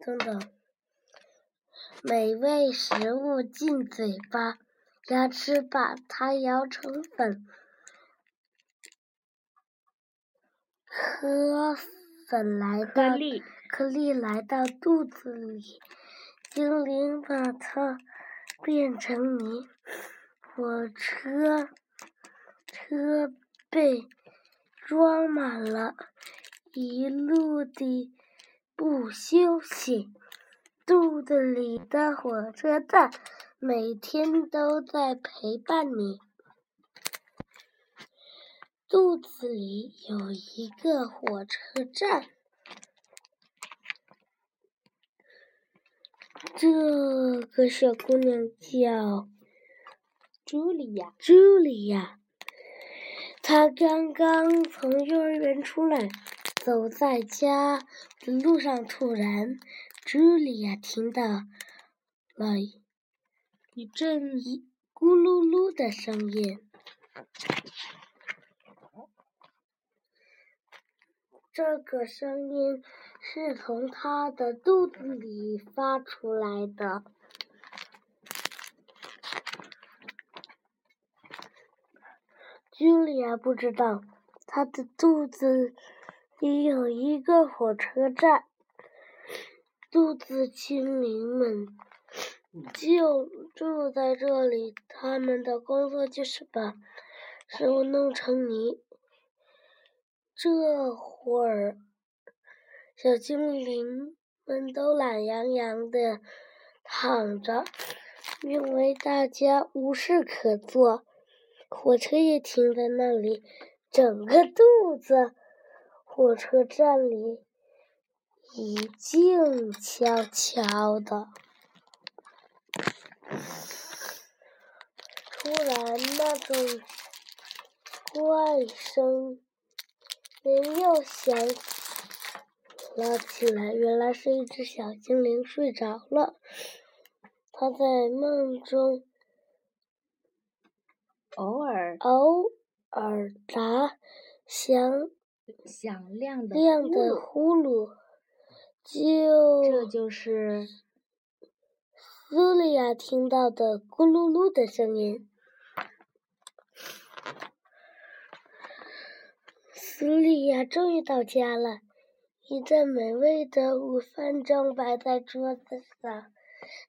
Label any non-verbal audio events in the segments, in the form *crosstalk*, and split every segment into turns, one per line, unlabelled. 真的，美味食物进嘴巴，牙齿把它摇成粉，喝粉来
颗
到
粒，
颗粒来到肚子里，精灵把它变成泥。火车车被装满了，一路的不休息。肚子里的火车站每天都在陪伴你。肚子里有一个火车站。这个小姑娘叫
茱莉亚，
茱莉亚，她刚刚从幼儿园出来，走在家的路上，突然，茱莉亚听到了
一阵
一咕噜噜的声音。这个声音是从她的肚子里发出来的。茱莉亚不知道，她的肚子里有一个火车站，肚子精灵们就住在这里，他们的工作就是把食物弄成泥。这会儿，小精灵们都懒洋洋的躺着，因为大家无事可做。火车也停在那里，整个肚子火车站里已静悄悄的。突然，那种怪声音又响了起来。原来是一只小精灵睡着了，它在梦中
偶尔
偶尔打响
响亮的
亮
咕
的
噜
呼噜，
嗯这
就
就是
苏利亚听到的咕噜噜的声音。苏利亚终于到家了，一顿美味的午饭正摆在桌子上，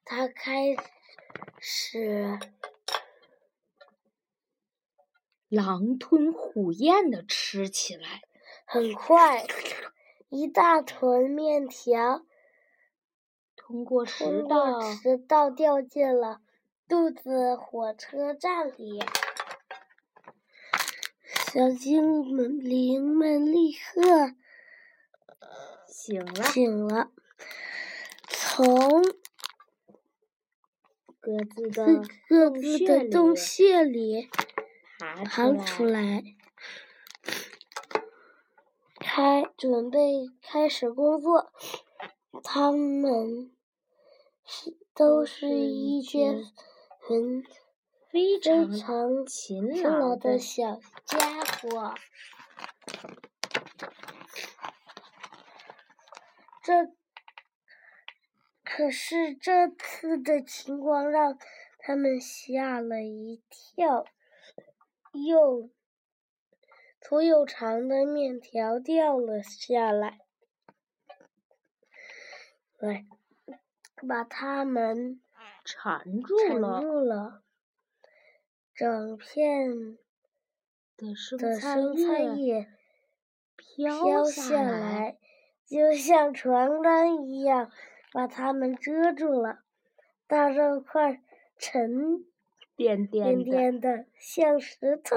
她开始
狼吞虎咽的吃起来，
很快一大坨面条。
通过食
通
道
过食道掉进了肚子火车站里。小精灵们立刻
醒了，
醒了，从
各自的
各各
洞
自
穴
的洞
里
穴里
爬
爬
出
出
来，
来，开准备开始工作。他们是都
都
是
是一
一些
群
很非
非常
常
勤
勤
劳
劳
的
的小家伙。这可是这次的情况让他们吓了一跳，又从又长的面条掉了下来，来把他们。
缠住
缠
了
住了整片
的生
的
菜
生菜
叶
叶
飘
飘
下
下
来，
来，就像床单一样把它们遮住了。大肉块沉
颠
甸
颠的
甸的，像石头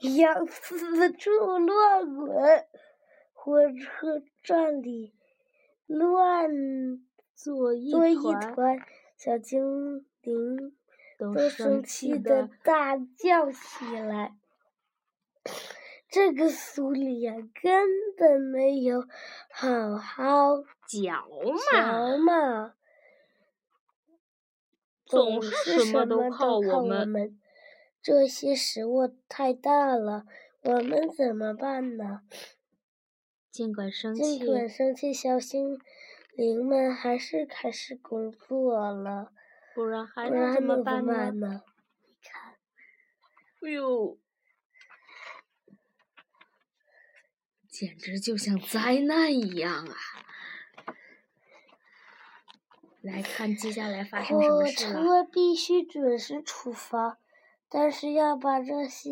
一样四处乱滚。火车站里乱
做一
作一
团
团，小精灵
都
都
生
生
气
气
的
的大叫起来。这个苏里亚根本没有好好
嚼嘛，
瞧嘛，
总是
是
什
什
么
么
都
都
靠
靠
我
我
们
们这些食物太大了，我们怎么办呢？
尽管生气
尽，管生气，小精灵们还是开始工作了，
不然还
不
能
然
怎
怎
么
么
办
办
呢？
呢？
哎呦，
简直就像灾难一样啊！来看接下来发生什么
火
事了。
车必须准时出发，但是要把这些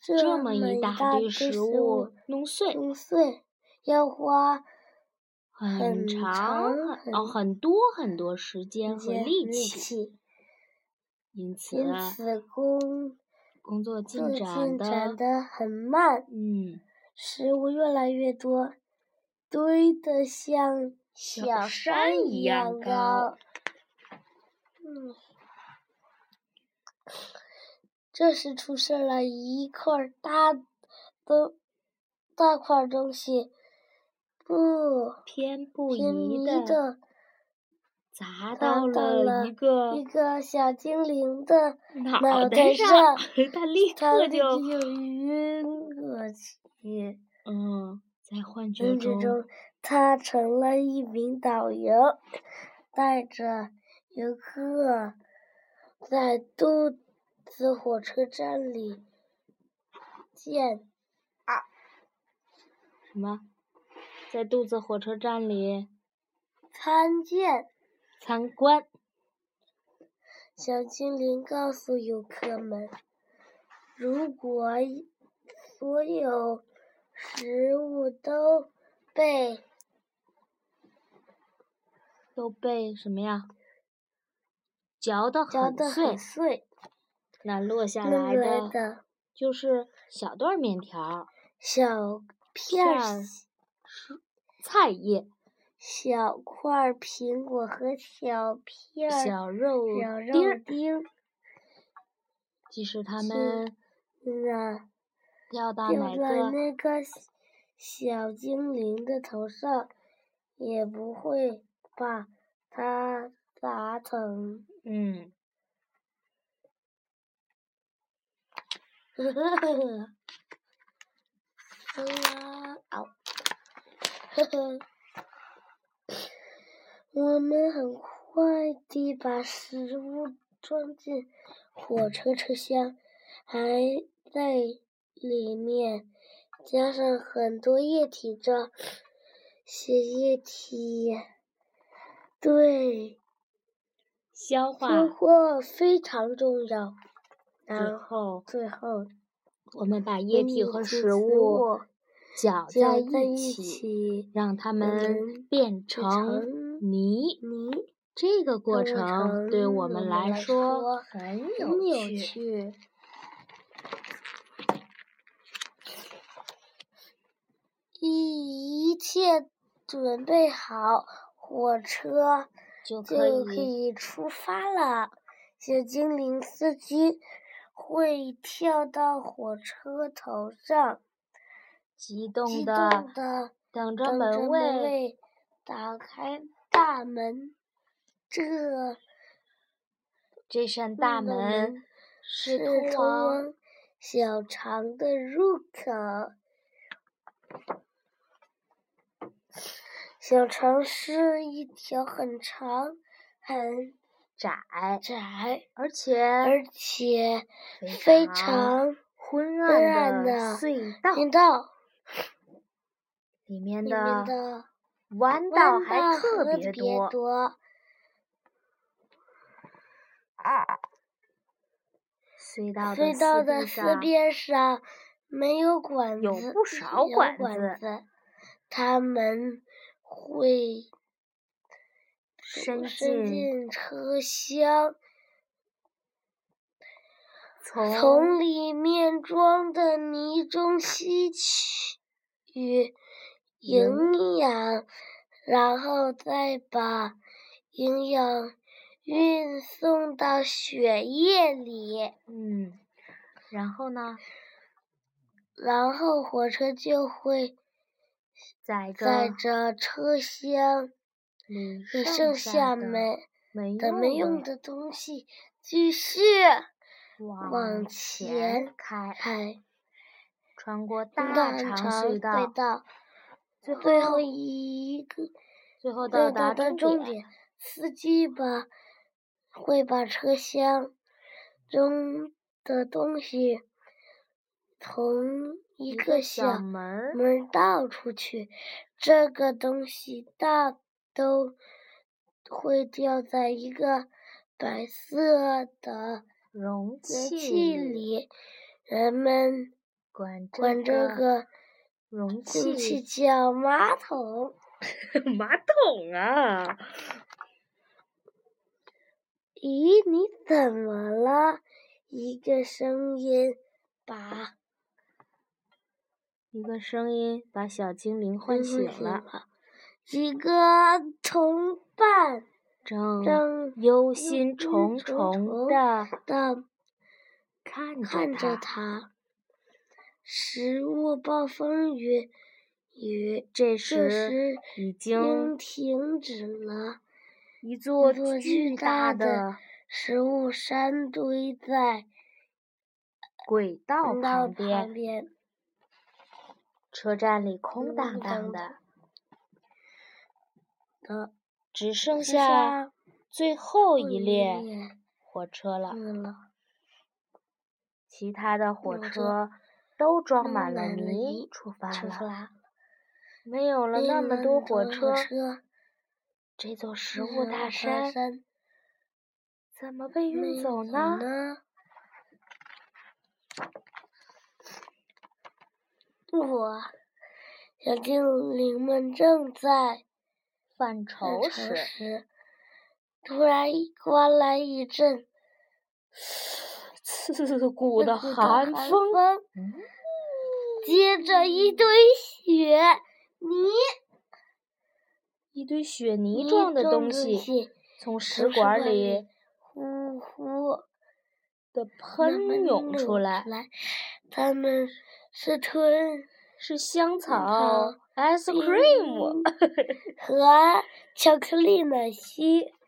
这
么
么一
大
堆
食
食物弄碎，
弄碎，要花很
很
长
长很
很
哦很多很多时间和
些
力
力
气，
气，
因此
因此工
工作
作
进展
进展
的
的很慢，
嗯
食物越来越多，堆得像
小
小
山一
一
样
样
高
高。嗯，这时出现了一块大东大块东西，不
偏不
平
移
移
的
的砸
砸到
到
了
了
一个
一个小精灵的
脑
脑
袋
袋
上
上，
他立
它
刻
立刻
就
就晕过去。
嗯在幻觉
人群
中
中，他成了一名导游，带着游客在肚子火车站里见
什么，在肚子火车站里
参见。
参观，
小精灵告诉游客们，如果所有食物都被
都被什么呀嚼得
嚼
很
得
碎
很，碎，
那落下
那
来
来
的
的
就是小段儿面条儿、
小片
片
儿
儿菜叶、
小块儿苹果和小片儿
小肉
小
丁
肉
儿。
丁
即使他
是
们
呢
掉到
啊掉
哪
在
个
那个小精灵的头上，也不会把它砸疼。
嗯
*laughs* 呵呵呵，啊嗷，呵呵。我们很快地把食物装进火车车厢，还在里面加上很多液体状， *coughs* 些液体对
消化
收获非常重要。
之
然后
后，
最后，
我们把液体和食物
物
搅在
搅在
一
一
起，
起，
让它们
嗯
变
制
成
成
泥。
泥。
这个过
过
程对
程
我们
我们
来
来
说
说
很
很有
趣。
趣。一一切准备好，火车
就
就
可以
可以出发了。小精灵司机会跳到火车头上，
激
激
动
动
的
的
等着
等着
门
门
卫
卫打开大门。这
这扇大
弄得
门
是
是通
通
往
往小肠的入口。小肠是一条很长、很
窄，
窄，
而且
而且非
非
常
昏
昏
暗
暗
的
的
隧道，
频道
里面
里
的
面的
弯道
弯
还
道
特别
多。
多。啊隧道的
隧道的
四壁
四
上
边上没有管子，
有不少
有
管子
管子，他们会
伸
伸
进
进车厢，
从
从里面装的泥中吸取营养，然后再把营养运送到血液里。
嗯，然后呢，
然后火车就会
载着
载着车厢
你
里剩下
的
没
没
的没用的
的
东西继续
往
往前
开，
开，
穿过
通
大
到
长
长
隧道，
道，
最后
最后一个
最后
到
到
达
达
的终点，司机把会把车厢中的东西从一
一
个
个
小
小门儿，
门倒出去，这个东西大都会掉在一个白色的
容
容
器
器里。人们
管
管这个
容
容器
器
叫马桶。
马桶啊！
咦，你怎么了？一个声音
嗯
把
*laughs* 一个声音把小精灵唤
人
醒
唤醒
了，
了，一个同伴
正
正
忧心
忧心
忡
忡
忡
忡
的
的
看
看着
着。
他。食物暴风雨雨
这
这
时
时
已
已
经
停止了，
一座
座巨
巨
大
大
的
的
食物山堆在
轨道
道
旁
旁
边，
边。
车站里空荡
空荡
荡的，
的
只剩
只
下最后
后
一
一
列
列
火车了。
嗯了。
其他的火
火车
车都装
装
满了
满了
泥
泥，
出发
出
了。
发
没有了
没
那
有
么
那么
多火
多
车，
车，
这座食
没
物
有
大
火
山
山
怎么被
没
运
有
走呢？
呢？我，小精灵们正在
犯愁时
时，，突然刮来一阵
刺骨的
刺骨
寒
寒
风，
风，
嗯
接着一堆雪泥
一堆雪泥
泥
状的
状
东西
西
从
从
食管
管
里
呼呼
的
它
喷
们
涌出来，
来，它们是吞
*laughs* 是香
草
草 ice cream，
*laughs* 和巧克力奶昔。
*laughs*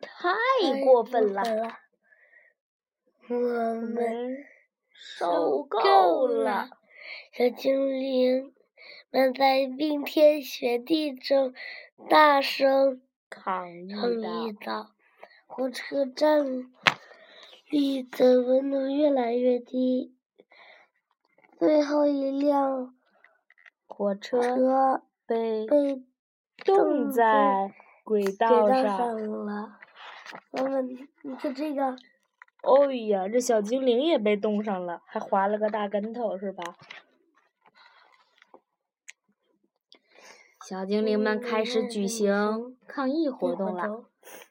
太过分了嗯
太，过分了我
我
们
们受够
够
了。。
小精灵们在冰天雪地中大声
抗议
抗议
的
道：“火车站里的温度越来越低，最后一辆
火车
车
被
被
冻
冻
在轨
轨
道
道
上。
上了。”我们，你看这个，
哦呀，这小精灵也被冻上了，还滑了个大跟头，是吧？小精灵们开始举行抗议活动了，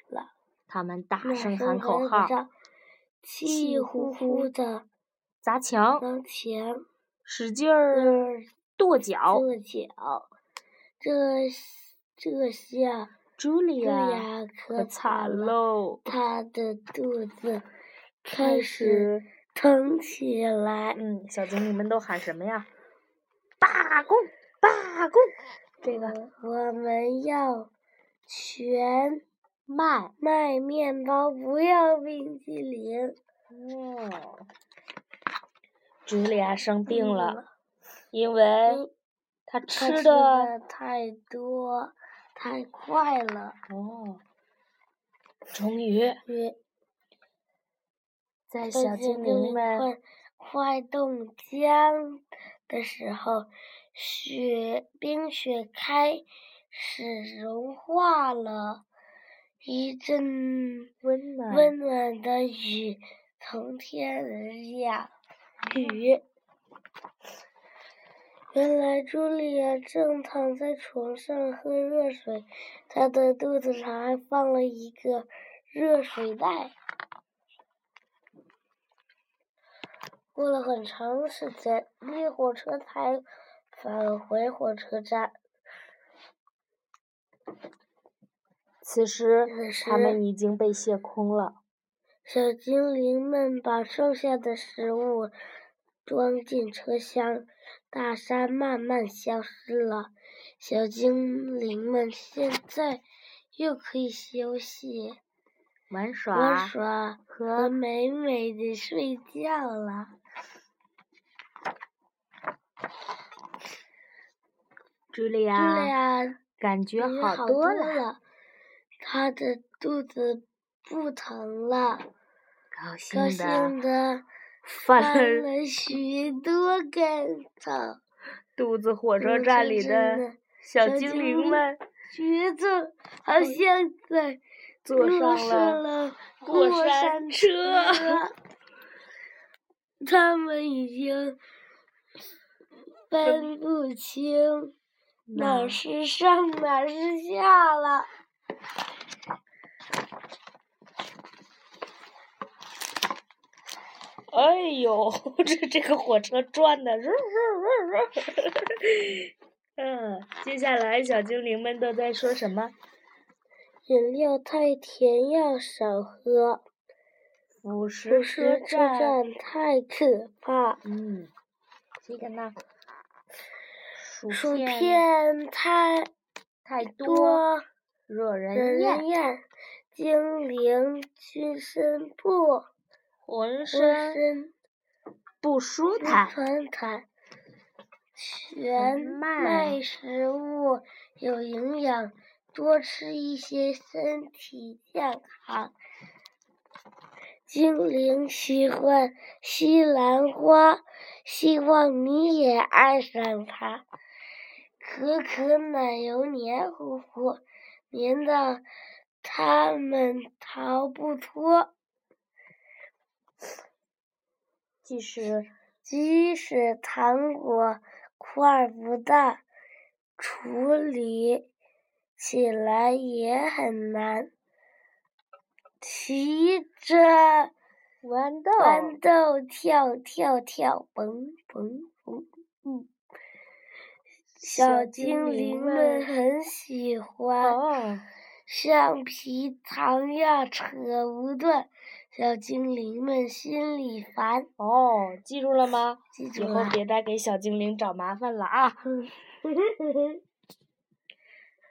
了。
他们大
那
声
声
喊口
喊不，
号
上，气
气
呼
呼
呼
呼
的
砸墙，
当前
使劲儿
儿
跺脚。
跺脚，这这下
茱莉
这
亚
呀
哎可
可
惨
惨了，
喽，
他的肚子开
开
始
始，
疼起来。
嗯，小精灵们都喊什么呀？罢工，罢工！这个
我们要全
卖
卖面包，不要冰激凌。
哦，茱莉亚生病
嗯
了，因为嗯她
他
吃的
的太多，太快了。
哦。终于
与
在
在
小精灵们
快快冻僵的时候，雪冰雪开始融化了，一阵
温暖
温暖的雨从天而降。雨，原来茱莉亚正躺在床上喝热水，她的肚子上还放了一个热水袋。过了很长时间，那火车才返回火车站。
此时
此时
他们已经被卸空了。
小精灵们把剩下的食物装进车厢，大山慢慢消失了。小精灵们现在又可以休息。
玩
我
耍，
耍和美美的睡觉了。
茱莉
对
亚
呀，
感觉
你
好
好
多
多
了，
了，他的肚子不疼了，
高兴
高
的
兴
*laughs*
的
翻
翻
了
了许多跟 *laughs* 头。
肚子火车
肚
站
子
里
真
的
的
小
小
精
精
灵
灵
们
橘子好像在
坐
路
哎上
上
了
嗯了
过
过山
山车
他们已经分不清哪
哪
儿是上哪儿是下了。
哎呦，这这个火车转的， *laughs* 嗯，接下来小精灵们都在说什么？
饮料太甜要少喝，
腐蚀
火车
车站，
站太可怕。
嗯，这个呢，薯
薯片太
太多，
多
惹人
人
厌，
厌，精灵去身部，
浑
浑
身
身
不舒
不
坦，
穿毯。全
麦
麦食物有营养，多吃一些，身体健康。精灵喜欢西兰花，希望你也爱上它。可可奶油黏糊糊，粘到它们逃不脱。
即使
即使糖果块儿不大，处理起来也很难。骑着
豌豆
豌豆跳跳跳，蹦蹦蹦，嗯，小精灵们很喜欢，
哦，
橡皮糖呀扯不断，小精灵们心里烦。
哦，记住了吗？
记住
以后
了。
*laughs* 别再给小精灵找麻烦了啊！